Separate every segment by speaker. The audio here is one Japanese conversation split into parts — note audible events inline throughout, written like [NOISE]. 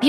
Speaker 1: 美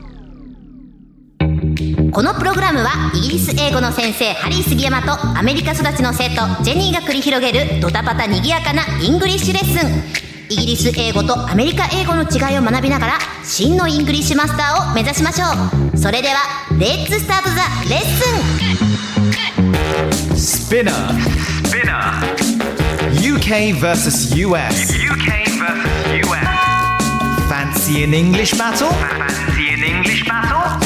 Speaker 2: このプログラムはイギリス英語の先生ハリー杉山とアメリカ育ちの生徒ジェニーが繰り広げるドタパタにぎやかなイングリッシュレッスンイギリス英語とアメリカ英語の違いを学びながら真のイングリッシュマスターを目指しましょうそれではレッツスタートザレッスン
Speaker 3: Spinner. UK versus US.
Speaker 4: UK versus US.
Speaker 3: Fancy an English battle?
Speaker 4: Fancy an English battle?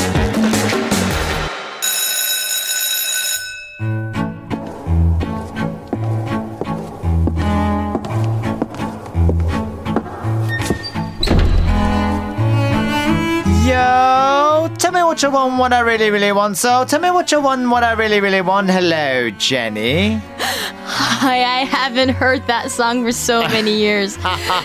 Speaker 3: Yo, tell me what you want, what I really, really want. So, tell me what you want, what I really, really want. Hello, Jenny.
Speaker 5: I, I haven't heard that song for so
Speaker 3: [LAUGHS]
Speaker 5: many years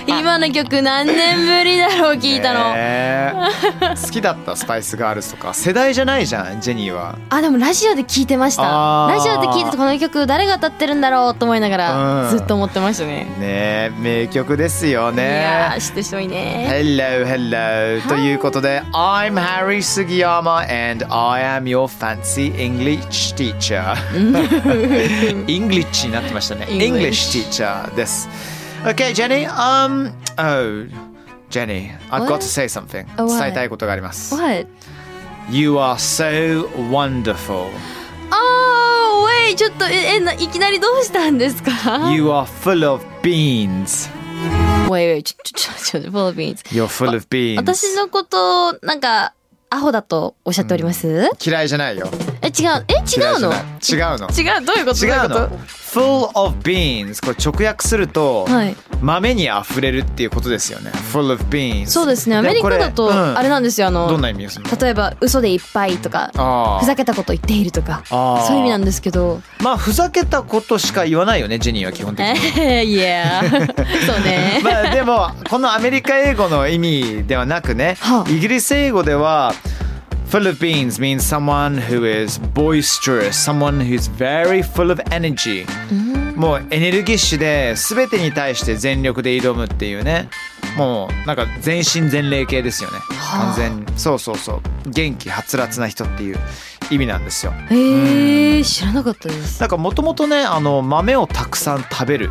Speaker 5: 今の曲何年ぶりだろう聞いたの、
Speaker 3: えー Eh, [LAUGHS] 好きだったスパイスガールズとか世代じゃないじゃんジェニーは。
Speaker 5: あでもラジオで聞いてました
Speaker 3: あー
Speaker 5: ラジオで聞いててこの曲誰が歌ってるんだろうと思いながら
Speaker 3: うん
Speaker 5: ずっと思ってましたね、
Speaker 3: ねえ名曲ですよ
Speaker 5: いや
Speaker 3: ね
Speaker 5: ー。知ってる人多いね
Speaker 3: Hello, hello. ということで、I'm Harry Sugiyama and I am your fancy English
Speaker 5: [LAUGHS]
Speaker 3: teacher. English になってましたね。English
Speaker 5: English
Speaker 3: teacher です。Okay, Jenny. Um, oh, Jenny, I've got to
Speaker 5: What?
Speaker 3: say something.
Speaker 5: Oh, what?
Speaker 3: 伝えたいことがあります。
Speaker 5: What?
Speaker 3: You are so wonderful.
Speaker 5: あー wait ちょっとええないきなりどうしたんですか
Speaker 3: You are full of beans.
Speaker 5: wait wait ちょちょちょちょフォービーンズ
Speaker 3: You're full of beans.
Speaker 5: Oh, 私のことをなんかアホだとおっしゃっております、え違う
Speaker 3: 嫌いじゃないよ。
Speaker 5: え違うの
Speaker 3: 違うの。
Speaker 5: 違うどういうこと
Speaker 3: 違う
Speaker 5: どい
Speaker 3: の
Speaker 5: こ
Speaker 3: Full of beans これ直訳すると、
Speaker 5: とはい
Speaker 3: 豆にあふれるっていうことですよね Full of beans
Speaker 5: そうですねアメリカだ
Speaker 3: これ
Speaker 5: と
Speaker 3: うん
Speaker 5: あれなんですよあの
Speaker 3: どんな意味をするの
Speaker 5: 例えば嘘でいっぱいとか
Speaker 3: あー
Speaker 5: ふざけたこと言っているとか
Speaker 3: あー
Speaker 5: そういう意味なんです
Speaker 3: [LAUGHS]
Speaker 5: けど
Speaker 3: まあふざけたことしか言わないよねジェニーは基本的
Speaker 5: え
Speaker 3: に
Speaker 5: へへいや [LAUGHS] そうね
Speaker 3: [LAUGHS]
Speaker 5: [LAUGHS]
Speaker 3: まあでもこのアメリカ英語の意味ではなくね、
Speaker 5: はあ
Speaker 3: イギリス英語では Full of beans means someone who is boisterous, someone who's very full of energy. もうエネルギッシュで全てに対して全力で挑むっていうね。もうなんか全身全霊系ですよね。完全に。そうそうそう。元気はつらつな人っていう意味なんですよ。
Speaker 5: へえ知らなかったです
Speaker 3: なんかもともとね、あの豆をたくさん食べる。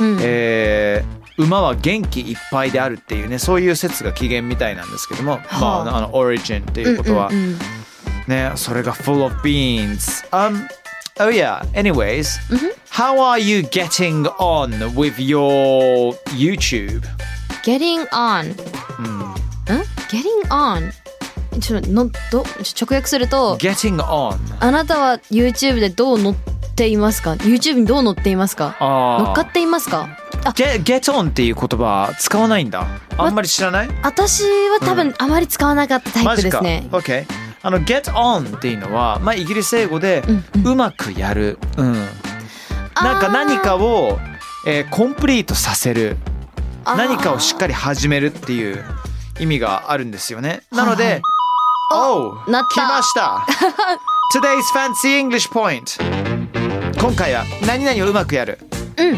Speaker 5: うん
Speaker 3: えー馬は元気いっぱいであるっていうねそういう説が起源みたいなんですけども、
Speaker 5: はあ
Speaker 3: まあ、あのオリジンっていうことは、
Speaker 5: うんうんうん
Speaker 3: ねそれが full of beans um oh yeah anyways、how are you getting on with your YouTube
Speaker 5: getting on ん getting on ちょっとのどちょ直訳すると
Speaker 3: getting on
Speaker 5: あなたは YouTube でどう乗っていますか YouTube にどう乗っていますか
Speaker 3: あー
Speaker 5: 乗っかっていますかあ
Speaker 3: get, get on っていう言葉使わないんだあんまり知らない
Speaker 5: 私は多分あまり使わなかったタイプですね
Speaker 3: マジか OK あの get on っていうのは、まあ、イギリス英語で
Speaker 5: ん
Speaker 3: うまくやる、うんなんか
Speaker 5: あー
Speaker 3: 何かを、えーコンプリートさせる
Speaker 5: あー
Speaker 3: 何かをしっかり始めるっていう意味があるんですよねなので、おう
Speaker 5: なった
Speaker 3: 来ました
Speaker 5: [LAUGHS]
Speaker 3: Today's Fancy English Point 今回は何々をうまくやる、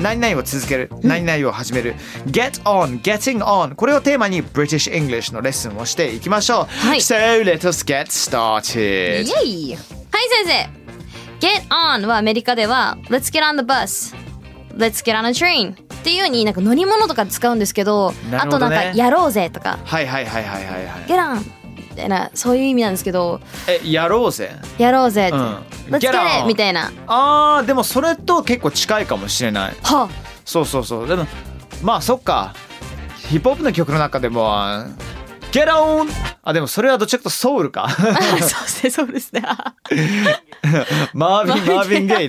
Speaker 3: 何々を続ける、何々を始める Get on, getting on これをテーマに British English のレッスンをしていきましょう、
Speaker 5: はい
Speaker 3: So let us get started
Speaker 5: イエイはい先生 Get on はアメリカでは Let's get on the bus Let's get on a train っていうようになんか乗り物とかで使うんですけど
Speaker 3: な
Speaker 5: あ
Speaker 3: る
Speaker 5: と
Speaker 3: ほど
Speaker 5: なん
Speaker 3: ね
Speaker 5: かやろうぜとか
Speaker 3: はいはいはいはいはいはい
Speaker 5: Get on みたいなそういう意味なんですけど
Speaker 3: えやろうぜ
Speaker 5: やろうぜって、
Speaker 3: うん
Speaker 5: Let's
Speaker 3: Get
Speaker 5: get,
Speaker 3: on
Speaker 5: it みたいな
Speaker 3: あーでもそれと結構近いかもしれない
Speaker 5: は
Speaker 3: [LAUGHS] そうそうそうでもまあそっかヒップホップの曲の中でも「Get on! あ、でもそれはどっちかというとソウルか。
Speaker 5: そうですね、そうですね。
Speaker 3: マーヴィン、マーヴィンゲイで。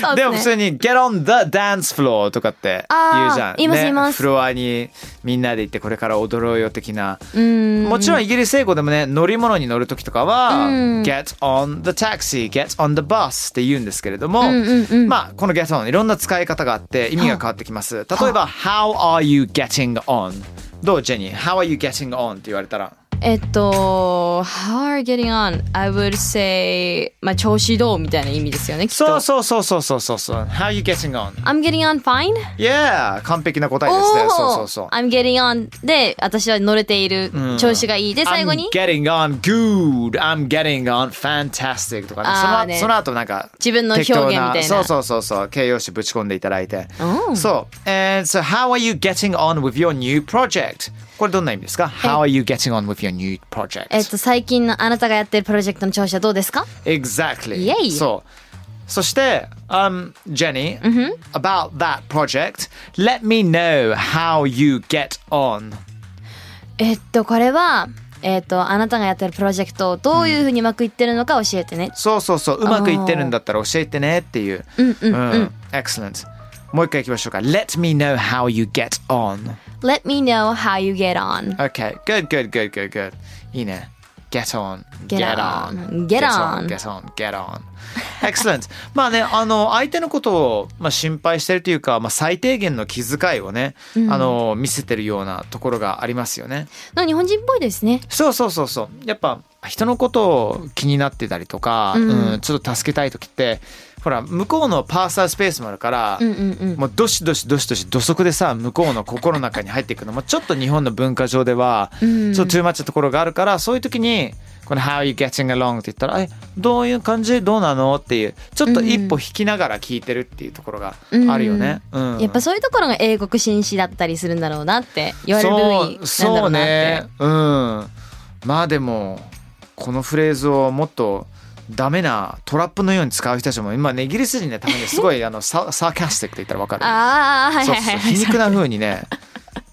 Speaker 5: そう
Speaker 3: でも普
Speaker 5: です
Speaker 3: 通
Speaker 5: ね。
Speaker 3: に get on the dance floor とかって言うじゃん
Speaker 5: あ。ー言います
Speaker 3: ね
Speaker 5: 言います
Speaker 3: フロアにみんなで行ってこれから踊ろうよ的な。
Speaker 5: うん。
Speaker 3: もちろんイギリス英語でもね、乗り物に乗る時とかは、
Speaker 5: うん
Speaker 3: get on the taxi, get on the bus って言うんですけれども、
Speaker 5: うんうんうん
Speaker 3: まあこの get on いろんな使い方があって意味が変わってきます。例えば、how are you getting on? どうジェニー ?How are you getting on? って言われたら。
Speaker 5: えっと、How are you getting on? I would say, まあ、調子どうみたいな意味ですよね、きっと。
Speaker 3: そうそうそうそうそうそうそう。How are you getting on?
Speaker 5: I'm getting on fine?
Speaker 3: Yeah! 完璧な答えですね。
Speaker 5: おお
Speaker 3: そうそうそう。
Speaker 5: I'm getting on で、私は乗れている、調子がいい。で、最後に
Speaker 3: I'm、getting on good. I'm getting on fantastic とかね。その
Speaker 5: あー
Speaker 3: 後
Speaker 5: ね
Speaker 3: その後なんか
Speaker 5: 自分の
Speaker 3: 適
Speaker 5: 表現
Speaker 3: 当
Speaker 5: みたいな。
Speaker 3: そうそうそうそう形容詞ぶち込んでいただいて。
Speaker 5: うん
Speaker 3: そう。And so how are you getting on with your new project? これどんな意味ですか ?How are you getting on with your new project?
Speaker 5: えっと、最近のあなたがやってるプロジェクトの調子はどうですか
Speaker 3: Exactly.
Speaker 5: イェイ
Speaker 3: そう。そして、um, Jenny,
Speaker 5: Mm-hmm.
Speaker 3: about that project, let me know how you get on.
Speaker 5: えっと、これは、えっと、あなたがやってるプロジェクト、どういうふうにうまくいってるのか教えてね。
Speaker 3: そうそうそう、うまくいってるんだったら教えてねっていう。うんうんうん。Excellent. もう一回行きましょうか。Let me know how you get on.
Speaker 5: Let me know how you get on.
Speaker 3: Okay, good, good, good, good, good. いいね。Get on,
Speaker 5: Get on, get on.
Speaker 3: get on, get on. Excellent. [LAUGHS] まあね、あの、相手のことを、まあ、心配してるというか、まあ、最低限の気遣いをね、あの、見せてるようなところがありますよね。
Speaker 5: なんか日本人っぽいですね。
Speaker 3: そうそうそうそう。やっぱ人のことを気になってたりとか、うんちょっと助けたい時って、ほら向こうのパーサースペースもあるから、もうどしどしどしどし土足でさ向こうの心の中に入っていくのもちょっと日本の文化上では、ちょっと too much なところがあるからそういう時にこの「How are you getting along?」って言ったら「えどういう感じどうなの?」っていうちょっと一歩引きながら聞いてるっていうところがあるよね。うん
Speaker 5: やっぱそういうところが英国紳士だったりするんだろうなって言われる分に
Speaker 3: そうそう
Speaker 5: なんだろうなって
Speaker 3: ねうんまあでもこのフレーズをもっとダメなトラップのように使う人たちも今ねイギリス人ねたまにすごい
Speaker 5: [LAUGHS]
Speaker 3: あのササーキャスティックって言ったらわかる
Speaker 5: ああはい
Speaker 3: そう
Speaker 5: はい
Speaker 3: そう
Speaker 5: はい
Speaker 3: そう皮肉な風にね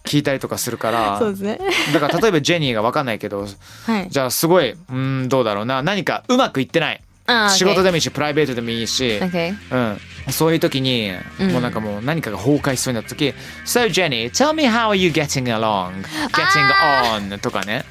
Speaker 3: 聞いたりとかするから
Speaker 5: [LAUGHS] そうですね
Speaker 3: だから例えばジェニーがわかんないけど
Speaker 5: はい
Speaker 3: じゃあすごいうんどうだろうな何かうまくいってない
Speaker 5: あー
Speaker 3: 仕事でもいいしプライベートでもいいし、
Speaker 5: OK
Speaker 3: うん、そういう時に、もうなんかもう何かが崩壊しそうになった時「So Jenny, tell me how are you getting along? Getting on」とかね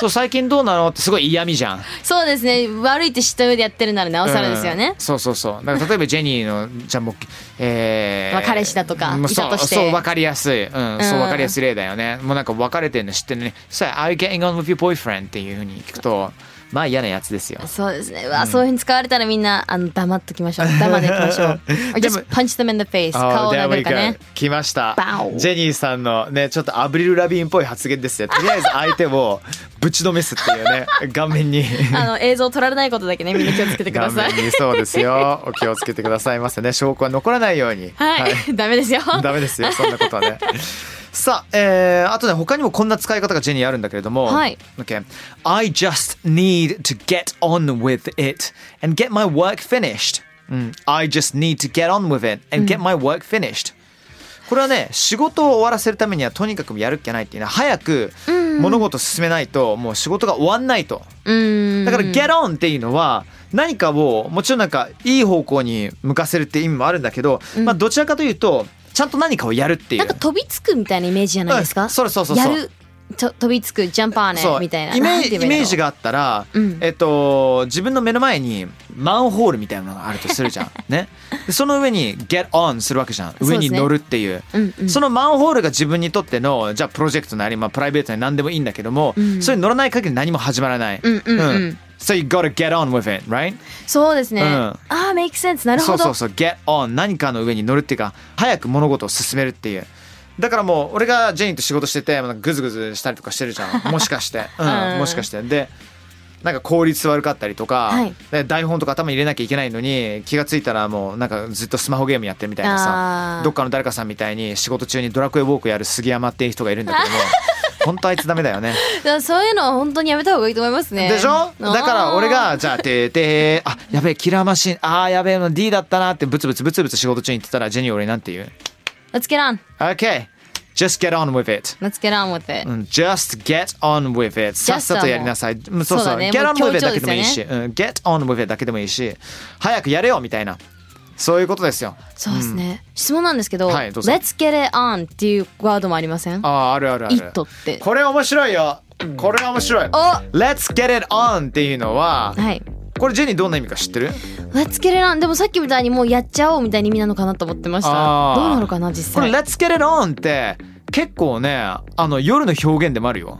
Speaker 3: そう最近どうなのってすごい嫌味じゃん。
Speaker 5: そうですね悪いって知った上でやってるならなおさらですよ
Speaker 3: うん
Speaker 5: ね
Speaker 3: そうそうそう。だから例えばジェニーのじゃあもうえー
Speaker 5: まあ彼氏だとか
Speaker 3: もうそう
Speaker 5: いたとして
Speaker 3: そうわかりやすい。うん、そう
Speaker 5: うん
Speaker 3: わかりやすい例だよね。もうなんか別れてるの知ってるのに、So are you getting on with your boyfriend? っていうふうに聞くと、まあ嫌なやつですよ。
Speaker 5: そうですねうわそういうふうに使われたらみんなあの黙っときま
Speaker 3: [LAUGHS]
Speaker 5: しょう黙っていきましょう Or
Speaker 3: でも
Speaker 5: just punch them in the face 顔を
Speaker 3: there
Speaker 5: 殴
Speaker 3: we
Speaker 5: るかね
Speaker 3: go 来ました
Speaker 5: バオ
Speaker 3: ジェニーさんのねちょっとアブリル・ラビーンっぽい発言ですねとりあえず相手をぶちのめすっていう
Speaker 5: [LAUGHS]
Speaker 3: ね顔面に
Speaker 5: あの映像撮られないことだけねみんな気をつけてくだ
Speaker 3: 顔 [LAUGHS]
Speaker 5: さい
Speaker 3: 面にそうですよお気をつけてくださいませね証拠は残らないように
Speaker 5: [LAUGHS] はいダメですよ
Speaker 3: [LAUGHS] ダメですよそんなことはねさあ、えーあとね他にもこんな使い方がジェニーあるんだけれども、
Speaker 5: はい
Speaker 3: OK I just need to get on with it and get my work finished、うん、I just need to get on with it and get my work finished、これはね仕事を終わらせるためにはとにかくやるっきゃないっていうのは早く物事を進めないともう仕事が終わんないと、
Speaker 5: うん
Speaker 3: だから get on っていうのは何かをもちろんなんかいい方向に向かせるって意味もあるんだけど、まあどちらかというとちゃんと何かをやるっていう。
Speaker 5: なんか飛びつくみたいなイメージじゃないです
Speaker 3: う
Speaker 5: か
Speaker 3: んそうそうそうそう
Speaker 5: やるちょ飛びつくジャンパー
Speaker 3: そ
Speaker 5: ね
Speaker 3: う
Speaker 5: みたいな
Speaker 3: イ
Speaker 5: な
Speaker 3: メ
Speaker 5: ん
Speaker 3: ー
Speaker 5: て
Speaker 3: ジ
Speaker 5: 言え
Speaker 3: イ
Speaker 5: ばいい
Speaker 3: メー
Speaker 5: んだろう
Speaker 3: ジがあったら、
Speaker 5: ん
Speaker 3: えっと、自分の目の前にマンホールみたいなのがあるとするじ
Speaker 5: [LAUGHS]
Speaker 3: ゃん、ね、でその上に「get on」するわけじゃん
Speaker 5: うです
Speaker 3: 上に
Speaker 5: ね
Speaker 3: 乗るっていうそ
Speaker 5: うんうん
Speaker 3: のマンホールが自分にとってのじゃあプロジェクトなり、まあ、プライベートなり何でもいいんだけども、それに乗らない限り何も始まらない。
Speaker 5: んうんうん
Speaker 3: So you gotta get on with it, right?
Speaker 5: そうですね、
Speaker 3: うん
Speaker 5: ああ make sense なる
Speaker 3: そ
Speaker 5: ほ
Speaker 3: う
Speaker 5: ど
Speaker 3: そうそう get on 何かの上に乗るっていうか早く物事を進めるっていうだからもう俺がジェニーと仕事しててなんかグズグズしたりとかしてるじ
Speaker 5: [LAUGHS]
Speaker 3: ゃんもしかして、うん
Speaker 5: うん
Speaker 3: もしかしてでなんか効率悪かったりとか、
Speaker 5: はい
Speaker 3: で台本とか頭に入れなきゃいけないのに気がついたらもうなんかずっとスマホゲームやってるみたいな
Speaker 5: あ
Speaker 3: さ
Speaker 5: ー
Speaker 3: どっかの誰かさんみたいに仕事中にドラクエウォークやる杉山っていう人がいるんだ
Speaker 5: [LAUGHS]
Speaker 3: けども本当あいつダメだよね。
Speaker 5: だからそういうのは本当にやめた方がいいと思いますね
Speaker 3: でしょだから俺
Speaker 5: あ
Speaker 3: がじゃあててあやべえキラーマシンあーやべえの D だったなってブツブツブツブツ仕事中に言ってたらジェニー俺なんて言う
Speaker 5: ー Let's get on
Speaker 3: ?OK Just Just get on with it.
Speaker 5: Let's get on with it.
Speaker 3: うん Just get on with it. さっさとやりなさい。うんそう
Speaker 5: そ
Speaker 3: そうう。
Speaker 5: だね
Speaker 3: get
Speaker 5: も
Speaker 3: on
Speaker 5: う強
Speaker 3: with it
Speaker 5: 調
Speaker 3: だけでもいいし、
Speaker 5: で
Speaker 3: うん get on with it だけでもいいし、早くやれよみたいな。そういうことですよ。
Speaker 5: そうですね。質問なんですけど、
Speaker 3: はいどうぞ
Speaker 5: Let's get it on っていうワードもありません
Speaker 3: ああ、あるあるある。
Speaker 5: ?It って。
Speaker 3: これ面白いよ。これは面白い。Let's get it on っていうのは、
Speaker 5: はい。
Speaker 3: これジェニーどんな意味か知ってる
Speaker 5: Let's get it on でもさっきみたいにもうやっちゃおうみたいな意味なのかなと思ってました。
Speaker 3: あー
Speaker 5: どうなのかな実
Speaker 3: これ
Speaker 5: 際。
Speaker 3: Let's get it on って結構ね、あの夜の表現でもあるよ。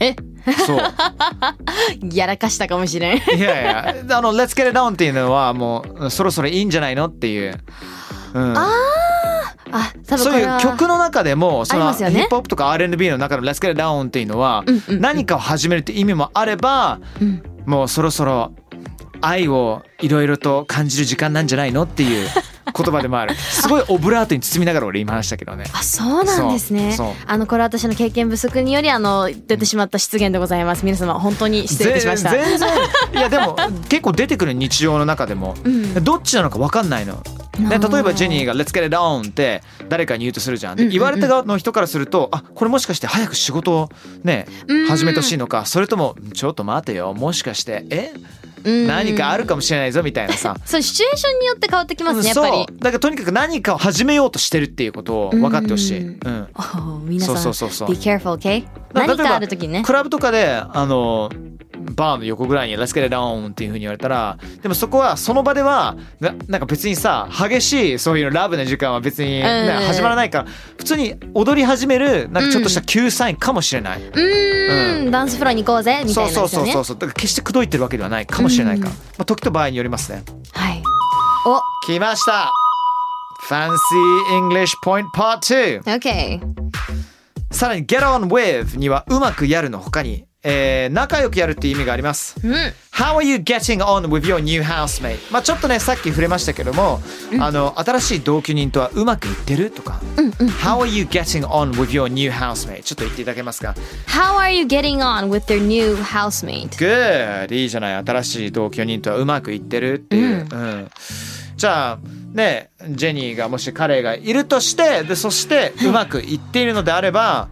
Speaker 5: え [LAUGHS]
Speaker 3: そう。
Speaker 5: やらかしたかもしれん。
Speaker 3: いやいや、あの Let's get it on っていうのはもうそろそろいいんじゃないのっていう。うん、
Speaker 5: [LAUGHS] あ、多分
Speaker 3: そ
Speaker 5: こ
Speaker 3: う
Speaker 5: れ
Speaker 3: いう
Speaker 5: は
Speaker 3: 曲の中でもそ
Speaker 5: あり
Speaker 3: の
Speaker 5: ます
Speaker 3: ヒ
Speaker 5: よね
Speaker 3: ップホップとか R&B の中の「Let's Get It Down」っていうのは
Speaker 5: んうんうん
Speaker 3: 何かを始めるって意味もあれば
Speaker 5: うん
Speaker 3: もうそろそろ愛をいろいろと感じる時間なんじゃないのっていう言葉でもあ
Speaker 5: [LAUGHS]
Speaker 3: るすごいオブラートに包みながら俺今話したけどね
Speaker 5: あそうなんですね
Speaker 3: そうそう
Speaker 5: あのこれは私の経験不足によりあの出てしまった失言でございます皆様本当に失礼いたしました
Speaker 3: ぜ全然
Speaker 5: [LAUGHS]
Speaker 3: いやでも結構出てくる日常の中でも、
Speaker 5: ん
Speaker 3: どっちなのか分かんないの。で例えばジェニーが「Let's get it on」って誰かに言うとするじゃん。で言われた側の人からするとあこれもしかして早く仕事をね
Speaker 5: うん
Speaker 3: 始めてほしいのかそれともちょっと待てよもしかしてえ
Speaker 5: うん
Speaker 3: 何かあるかもしれないぞみたいなさ。
Speaker 5: そうシチュエーションによって変わってきますねやっぱり
Speaker 3: そうだからとにかく何かを始めようとしてるっていうことを分かってほしい。
Speaker 5: うん
Speaker 3: うん
Speaker 5: おー皆さん
Speaker 3: そうそうそうそう
Speaker 5: Be careful okay
Speaker 3: だ
Speaker 5: 何
Speaker 3: 例え
Speaker 5: か
Speaker 3: ば
Speaker 5: ある時にね
Speaker 3: クラブとかであのバーの横ぐらいに「Let's get it on」っていう風に言われたらでもそこはその場ではななんか別にさ激しいそういうラブな時間は別に、ね
Speaker 5: うん
Speaker 3: 始まらないから普通に踊り始めるなんかちょっとした救サインかもしれない、
Speaker 5: うー
Speaker 3: うん
Speaker 5: ダンスフロアに行こうぜみた
Speaker 3: そ
Speaker 5: いうな
Speaker 3: そ
Speaker 5: で
Speaker 3: う
Speaker 5: す
Speaker 3: そ
Speaker 5: よ
Speaker 3: う
Speaker 5: ね
Speaker 3: そうそうだから決して口説いてるわけではないかもしれないから、
Speaker 5: うん
Speaker 3: まあ、時と場合によりますね
Speaker 5: はい Oh,
Speaker 3: 来ましたファンシー English Point Part 2
Speaker 5: OK
Speaker 3: さらに Get on with にはうまくやるの他に、えー仲良くやるっていう意味があります、How
Speaker 5: Hmm.
Speaker 3: are you getting on with your new housemate? まあちょっとねさっき触れましたけども、あの新しい同居人とはうまくいってるとか、How are you getting on with your new housemate? ちょっと言っていただけますか
Speaker 5: How are you getting on with your new housemate?
Speaker 3: Good いいじゃない新しい同居人とはうまくいってるっていう、うんじゃあねジェニーがもし彼がいるとしてでそしてうまくいっているのであれば、
Speaker 5: あ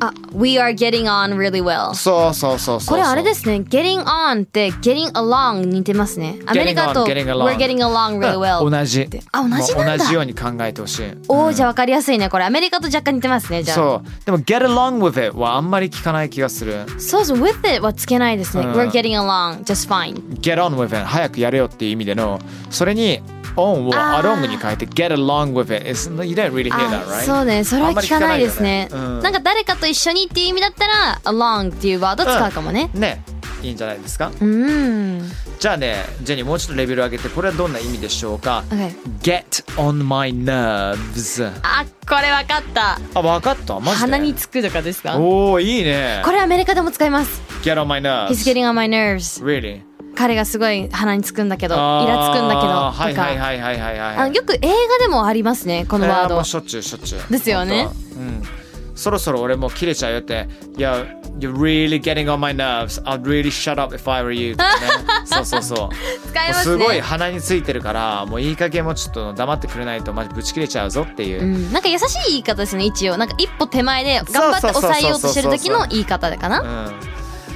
Speaker 5: Uh, We are getting on really well
Speaker 3: そうそうそうそうそう
Speaker 5: これあれですね Getting on って Getting along に似てますねアメリカと
Speaker 3: on,
Speaker 5: We're
Speaker 3: getting along Hmm,
Speaker 5: getting along really well Oh,
Speaker 3: 同じ
Speaker 5: あ同じなんだ
Speaker 3: もう同じように考えてほしい
Speaker 5: おーじゃあ分かりやすいねこれアメリカと若干似てますねじゃあ
Speaker 3: そうでも「get along with it」はあんまり聞かない気がする
Speaker 5: そうそう with it はつけないですね、
Speaker 3: うん
Speaker 5: We're getting along just fine
Speaker 3: 「get on with it」早くやれよっていう意味でのそれに「on」を「
Speaker 5: あー
Speaker 3: along」に変えて「get along with it」It's- you don't really hear that
Speaker 5: あ
Speaker 3: right
Speaker 5: そうねそれは聞かないですね
Speaker 3: あんまり聞かないよねうん
Speaker 5: なんか誰かと一緒にっていう意味だったら along っていうワード使うかもね
Speaker 3: ねいいんじゃないですか
Speaker 5: うーん
Speaker 3: じゃあねジェニーもうちょっとレベル上げてこれはどんな意味でしょうか
Speaker 5: OK
Speaker 3: 「get on my nerves
Speaker 5: あこれ分かった」
Speaker 3: あわかったマジで
Speaker 5: 鼻につくとかですか
Speaker 3: おおいいね
Speaker 5: これアメリカでも使います
Speaker 3: 「get on my
Speaker 5: He's
Speaker 3: nerves
Speaker 5: getting on my nerves」
Speaker 3: really
Speaker 5: 彼がすごい鼻につくんだけどイ
Speaker 3: あー
Speaker 5: ラつくんだけどとか、
Speaker 3: はいはいはいはいはいはい
Speaker 5: あのよく映画でもありますねこのワー
Speaker 3: いや
Speaker 5: ド
Speaker 3: もうしょっちゅうしょっちゅう
Speaker 5: ですよね
Speaker 3: 本当うんそろそろ俺もう切れちゃうよって「Yo, you're really getting on my nerves I'd really shut up if I were you」とか
Speaker 5: [LAUGHS]
Speaker 3: ねそうそうそう
Speaker 5: 使いますね
Speaker 3: もうすごい鼻についてるからもういい加減もうちょっと黙ってくれないとマジぶち切れちゃうぞっていうう、
Speaker 5: ん、なんか優しい言い方ですね一応なんか一歩手前で頑張って抑えようとしてる時の言い方か
Speaker 3: う
Speaker 5: なん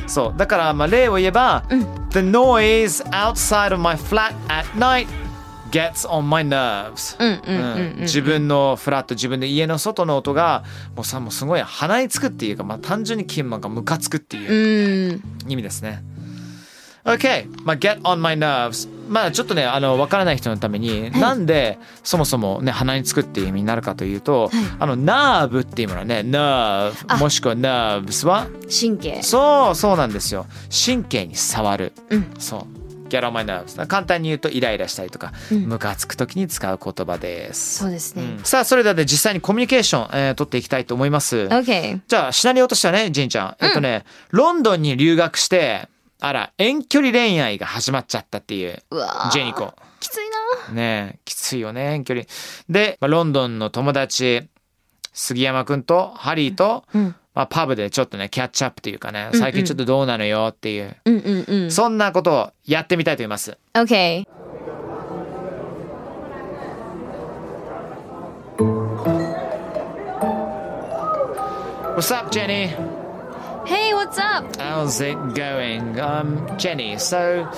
Speaker 3: そうだからまあ例を言えば、The noise outside of my flat at night gets on my nerves」
Speaker 5: うんうんうんうん
Speaker 3: うん自分のフラット自分の家の外の音がもうさもうすごい鼻につくっていうか、まあ、単純に金マンがムカつくって
Speaker 5: う
Speaker 3: いうん意味ですね。OK、まあ、get on my nerves まあちょっとねあの分からない人のために、なんでそもそもね鼻につくっていう意味になるかというと、あのナーブっていうものはね nerve もしくは nerves は
Speaker 5: 神経
Speaker 3: そうそうなんですよ神経に触る、そうギャラマイナーブ簡単に言うとイライラしたりとかムカ、つく時に使う言葉です
Speaker 5: そうですね、
Speaker 3: さあそれではね実際にコミュニケーション、えー取っていきたいと思います
Speaker 5: OK
Speaker 3: じゃあシナリオとしてはねジンちゃん、えっとねロンドンに留学してあら遠距離恋愛が始まっちゃったっていう
Speaker 5: うわー
Speaker 3: ジェニコ
Speaker 5: きつい
Speaker 3: ねえきついよね遠距離で、まあ、ロンドンの友達杉山くんとハリーと、まあ、パブでちょっとねキャッチアップというかね最近ちょっとどうなのよっていう、
Speaker 5: なうんうんうん
Speaker 3: そんなことをやってみたいと思います
Speaker 5: OK
Speaker 3: What's up, Jenny?
Speaker 5: Hey, what's up?
Speaker 3: How's it going? Um, Jenny, so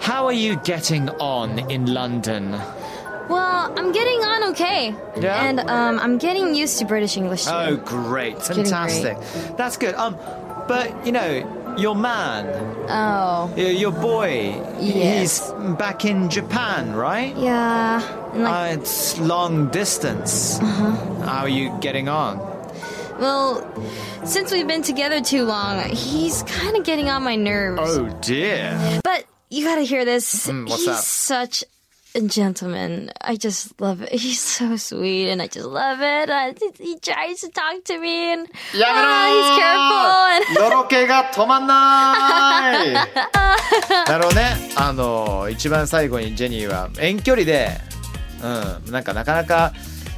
Speaker 3: how are you getting on in London?
Speaker 5: Well, I'm getting on okay.
Speaker 3: Yeah?
Speaker 5: And um, I'm getting used to British English.
Speaker 3: Oh,
Speaker 5: too.
Speaker 3: great.
Speaker 5: getting
Speaker 3: Fantastic. That's good. Um, but, you know, your man,
Speaker 5: oh.
Speaker 3: y- your boy,
Speaker 5: Yes.
Speaker 3: he's back in Japan, right?
Speaker 5: Yeah. And like,
Speaker 3: Uh, it's long distance. How are you getting on?
Speaker 5: well, since we've been together too long, he's kind of getting on my nerves.
Speaker 3: dear.
Speaker 5: But you gotta hear this.
Speaker 3: Mm, Oh. what's
Speaker 5: he's
Speaker 3: up?
Speaker 5: such a gentleman. I just love it. He's so sweet, and I just love it. Uh, he- he tries to talk to me, and ah,
Speaker 3: [LAUGHS]
Speaker 5: he's careful.
Speaker 3: のろけが止まんない
Speaker 5: [LAUGHS]
Speaker 3: なるほどねあの一番最後にジェニーは遠距離で、うん、なんかなかなか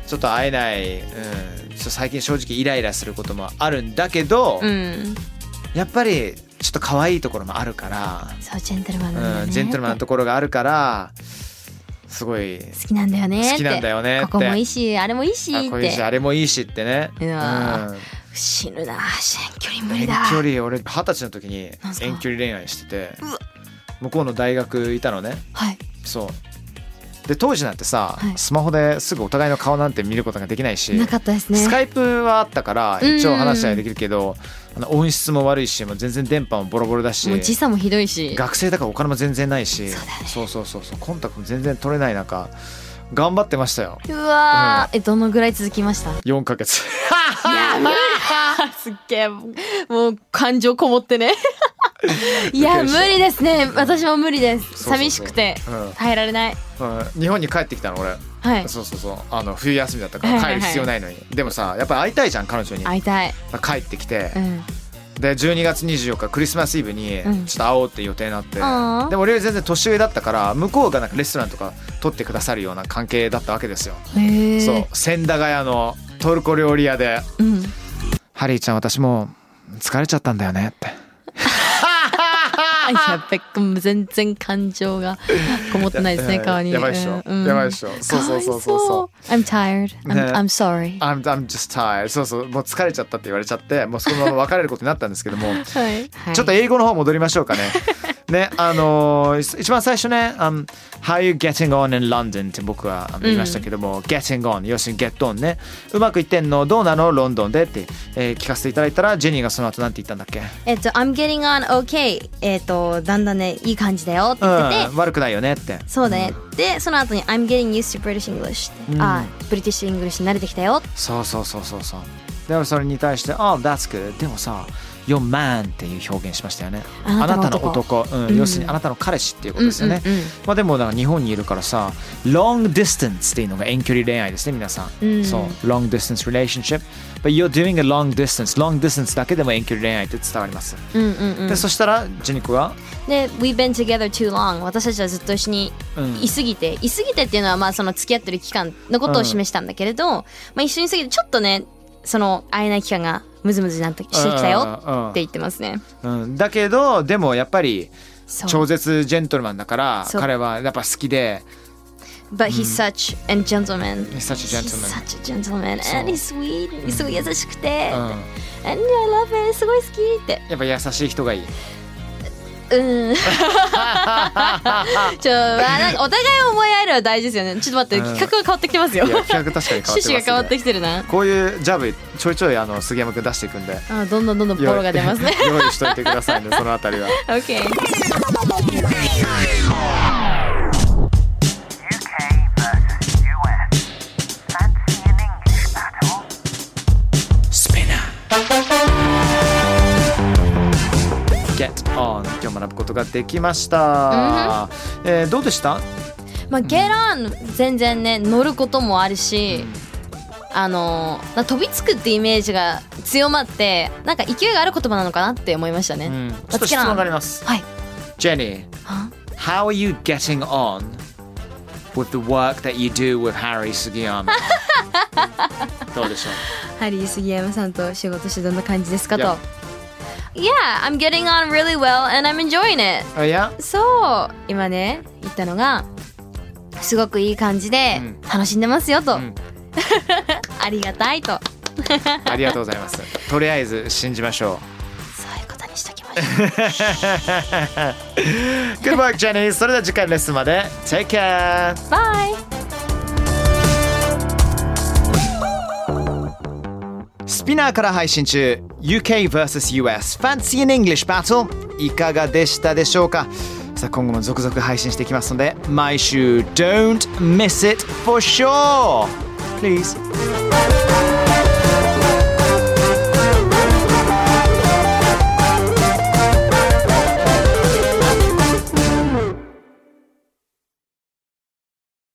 Speaker 3: ちょっと会えない、うん、ちょっと最近正直イライラすることもあるんだけど、
Speaker 5: And... うん、
Speaker 3: やっぱりちょっと可愛いところもあるか
Speaker 5: そうジェントルマンなん
Speaker 3: ら、
Speaker 5: だよ
Speaker 3: うん、
Speaker 5: ね。
Speaker 3: ジェントルマンのところがあるからすごい
Speaker 5: 好きなんだよねって。
Speaker 3: 好きなんだよねって
Speaker 5: ここもいいし、あれもいいし
Speaker 3: あ
Speaker 5: っ
Speaker 3: こういう
Speaker 5: て
Speaker 3: し。あれもいいしってね。
Speaker 5: うわ
Speaker 3: うん
Speaker 5: 死ぬな、遠距離無理
Speaker 3: 遠
Speaker 5: だ。
Speaker 3: 距離俺二十歳の時に
Speaker 5: なんすか
Speaker 3: 遠距離恋愛してて向こうの大学いたのね
Speaker 5: はい。
Speaker 3: そうで当時なんてさ、
Speaker 5: はい
Speaker 3: スマホですぐお互いの顔なんて見ることができないし、
Speaker 5: なかったですね。
Speaker 3: スカイプはあったから
Speaker 5: うんうんうん
Speaker 3: 一応話したりできるけど、あの音質も悪いしもう全然電波もボロボロだし
Speaker 5: もう時差もひどいし。
Speaker 3: 学生だからお金も全然ないし
Speaker 5: そうだよね
Speaker 3: そうそうそうそうコンタクトも全然取れない中頑張ってましたよ
Speaker 5: うわー、え、どのぐらい続きました
Speaker 3: 4ヶ月
Speaker 5: すっげえ、もう感情こもっ
Speaker 3: [LAUGHS]
Speaker 5: てね。いや、無理ですね。私も無理です。
Speaker 3: そうそうそう
Speaker 5: 寂しくて
Speaker 3: うん、
Speaker 5: 耐えられない。
Speaker 3: うん日本に帰ってきたの俺
Speaker 5: はい。
Speaker 3: そうそうそうあの冬休みだったか
Speaker 5: はい
Speaker 3: ら
Speaker 5: は
Speaker 3: 帰
Speaker 5: いはい
Speaker 3: る必要ないのに、でもさやっぱり会いたいじゃん彼女に
Speaker 5: 会いたい。
Speaker 3: 帰ってきて
Speaker 5: う、ん。
Speaker 3: で12月24日クリスマスイブにちょ
Speaker 5: う
Speaker 3: っ
Speaker 5: ん
Speaker 3: と会おうって予定になって、
Speaker 5: あー
Speaker 3: でも俺より全然年上だったから向こうがなんかレストランとか取ってくださるような関係だったわけですよ、
Speaker 5: へえ。
Speaker 3: そう千駄ヶ谷のトルコ料理屋で
Speaker 5: うん。
Speaker 3: 「ハリーちゃん私もう疲れちゃったんだよね」って
Speaker 5: あやっべ、全然感情がこもってないですね、
Speaker 3: や
Speaker 5: 顔に。
Speaker 3: やばいっしょ
Speaker 5: うん
Speaker 3: やばいっしょそうそうそうそうそう
Speaker 5: かわいそう I'm tired.
Speaker 3: ね
Speaker 5: I'm, I'm sorry.
Speaker 3: 「I'm, I'm just tired」そうそうもう疲れちゃったって言われちゃってもうそのまま別れることになったんですけども
Speaker 5: はい。
Speaker 3: ちょっと英語の方戻りましょう
Speaker 5: [LAUGHS]
Speaker 3: かね。ね、あのー一番最初ね、あの How you getting on in London って僕はあの言いましたけども、getting on、要するに get on ね。うまくいってんのどうなのロンドンでって、えー聞かせていただいたら、ジェニーがその後なんて言ったんだっけ
Speaker 5: えっと、I'm getting on okay. えっと、だんだんね、いい感じだよって
Speaker 3: う
Speaker 5: 言ってて、
Speaker 3: ん、悪くないよねって。
Speaker 5: そうだね。で、その後に I'm getting used to British English って、あ、ブリティッシュ・イングリッシュに慣れてきたよ。
Speaker 3: そうそうそうそうそう。でもそれに対して、Oh, that's good. でもさ、Your man っていう表現しましたよね。
Speaker 5: あ
Speaker 3: あ
Speaker 5: な
Speaker 3: な
Speaker 5: た
Speaker 3: た
Speaker 5: の
Speaker 3: の
Speaker 5: 男
Speaker 3: 男、うん要するにあなたの彼氏っていうことですよね。
Speaker 5: うんうんうん
Speaker 3: まあでもなんか日本にいるからさ、long distance っていうのが遠距離恋愛ですね皆さん。
Speaker 5: うん
Speaker 3: そう、long distance relationship。But you're doing a long distance. long distance だけでも遠距離恋愛って伝わります。
Speaker 5: うんうんうん。
Speaker 3: でそしたらジェニコが、
Speaker 5: で、We've been together too long 私たちはずっと一緒に
Speaker 3: うん
Speaker 5: いすぎて、いすぎてっていうのはまあその付き合ってる期間のことを示したんだけれど、まあ一緒に過ぎてちょっとねその会えない期間がムズムズになってしてきたよ
Speaker 3: うん
Speaker 5: って言ってますね。
Speaker 3: うん、だけどでもやっぱり
Speaker 5: そ
Speaker 3: 超
Speaker 5: う。
Speaker 3: 絶ジェントルマンだから
Speaker 5: そう
Speaker 3: 彼はやっぱ好きで
Speaker 5: But he's such a gentleman.
Speaker 3: He's such a gentleman.
Speaker 5: He's such a gentleman.
Speaker 3: そう
Speaker 5: And he's sweet. すごい優しくて。
Speaker 3: うん
Speaker 5: And I love it. すごい好きって。
Speaker 3: やっぱ優しい人がいい。
Speaker 5: う
Speaker 3: [LAUGHS]
Speaker 5: ん。ちょ、あなんかお互いを思い合えるのは大事ですよね。ちょっと待って、
Speaker 3: うん
Speaker 5: 企画が変わってきてますよ。
Speaker 3: いや
Speaker 5: 趣
Speaker 3: 企画確かに変わってます、ね。
Speaker 5: 旨が変わってきてるな。
Speaker 3: こういうジャブちょいちょいあの杉山くん出していくんで。
Speaker 5: あどんどんどんどんボロが出ますね。
Speaker 3: [LAUGHS] 用意しといてください
Speaker 5: [LAUGHS]
Speaker 3: ね、そのあたりは。
Speaker 5: OK。
Speaker 4: UK versus US. Fancy an English battle?
Speaker 3: スピナー。Get on 今日学ぶことができました、えーどうでした
Speaker 5: まあ、ゲラン全然ね乗ることもあるし、あのな飛びつくってイメージが強まってなんか勢いがある言葉なのかなって思いましたね。
Speaker 3: うんちょっと質問があります
Speaker 5: はい。
Speaker 3: Jenny
Speaker 5: は
Speaker 3: How are you getting on with the work that you do with Harry
Speaker 5: [LAUGHS]
Speaker 3: Sugiyama どうでしょ
Speaker 5: ハリー杉山さんと仕事してどんな感じですか
Speaker 3: といや
Speaker 5: と。Yeah, I'm getting on really well and I'm enjoying it.
Speaker 3: ういや
Speaker 5: そう今ね言ったのがすごくいい感じで
Speaker 3: うん
Speaker 5: [LAUGHS] 楽しんでますよと、
Speaker 3: ん
Speaker 5: ありがたいと
Speaker 3: ありがとうございますとりあえず信じましょ
Speaker 5: [LAUGHS] そういうことにしときましょう。
Speaker 3: う [LAUGHS] Good work Jenny それでは次回のレッスンまで Take care [LAUGHS]
Speaker 5: バイ
Speaker 3: スピナーから配信中 UK vs.US Fancy in English Battle いかがでしたでしょうかさあ今後も続々配信していきますので毎週 Don't miss it for sure Please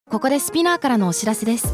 Speaker 6: ここでスピナーからのお知らせです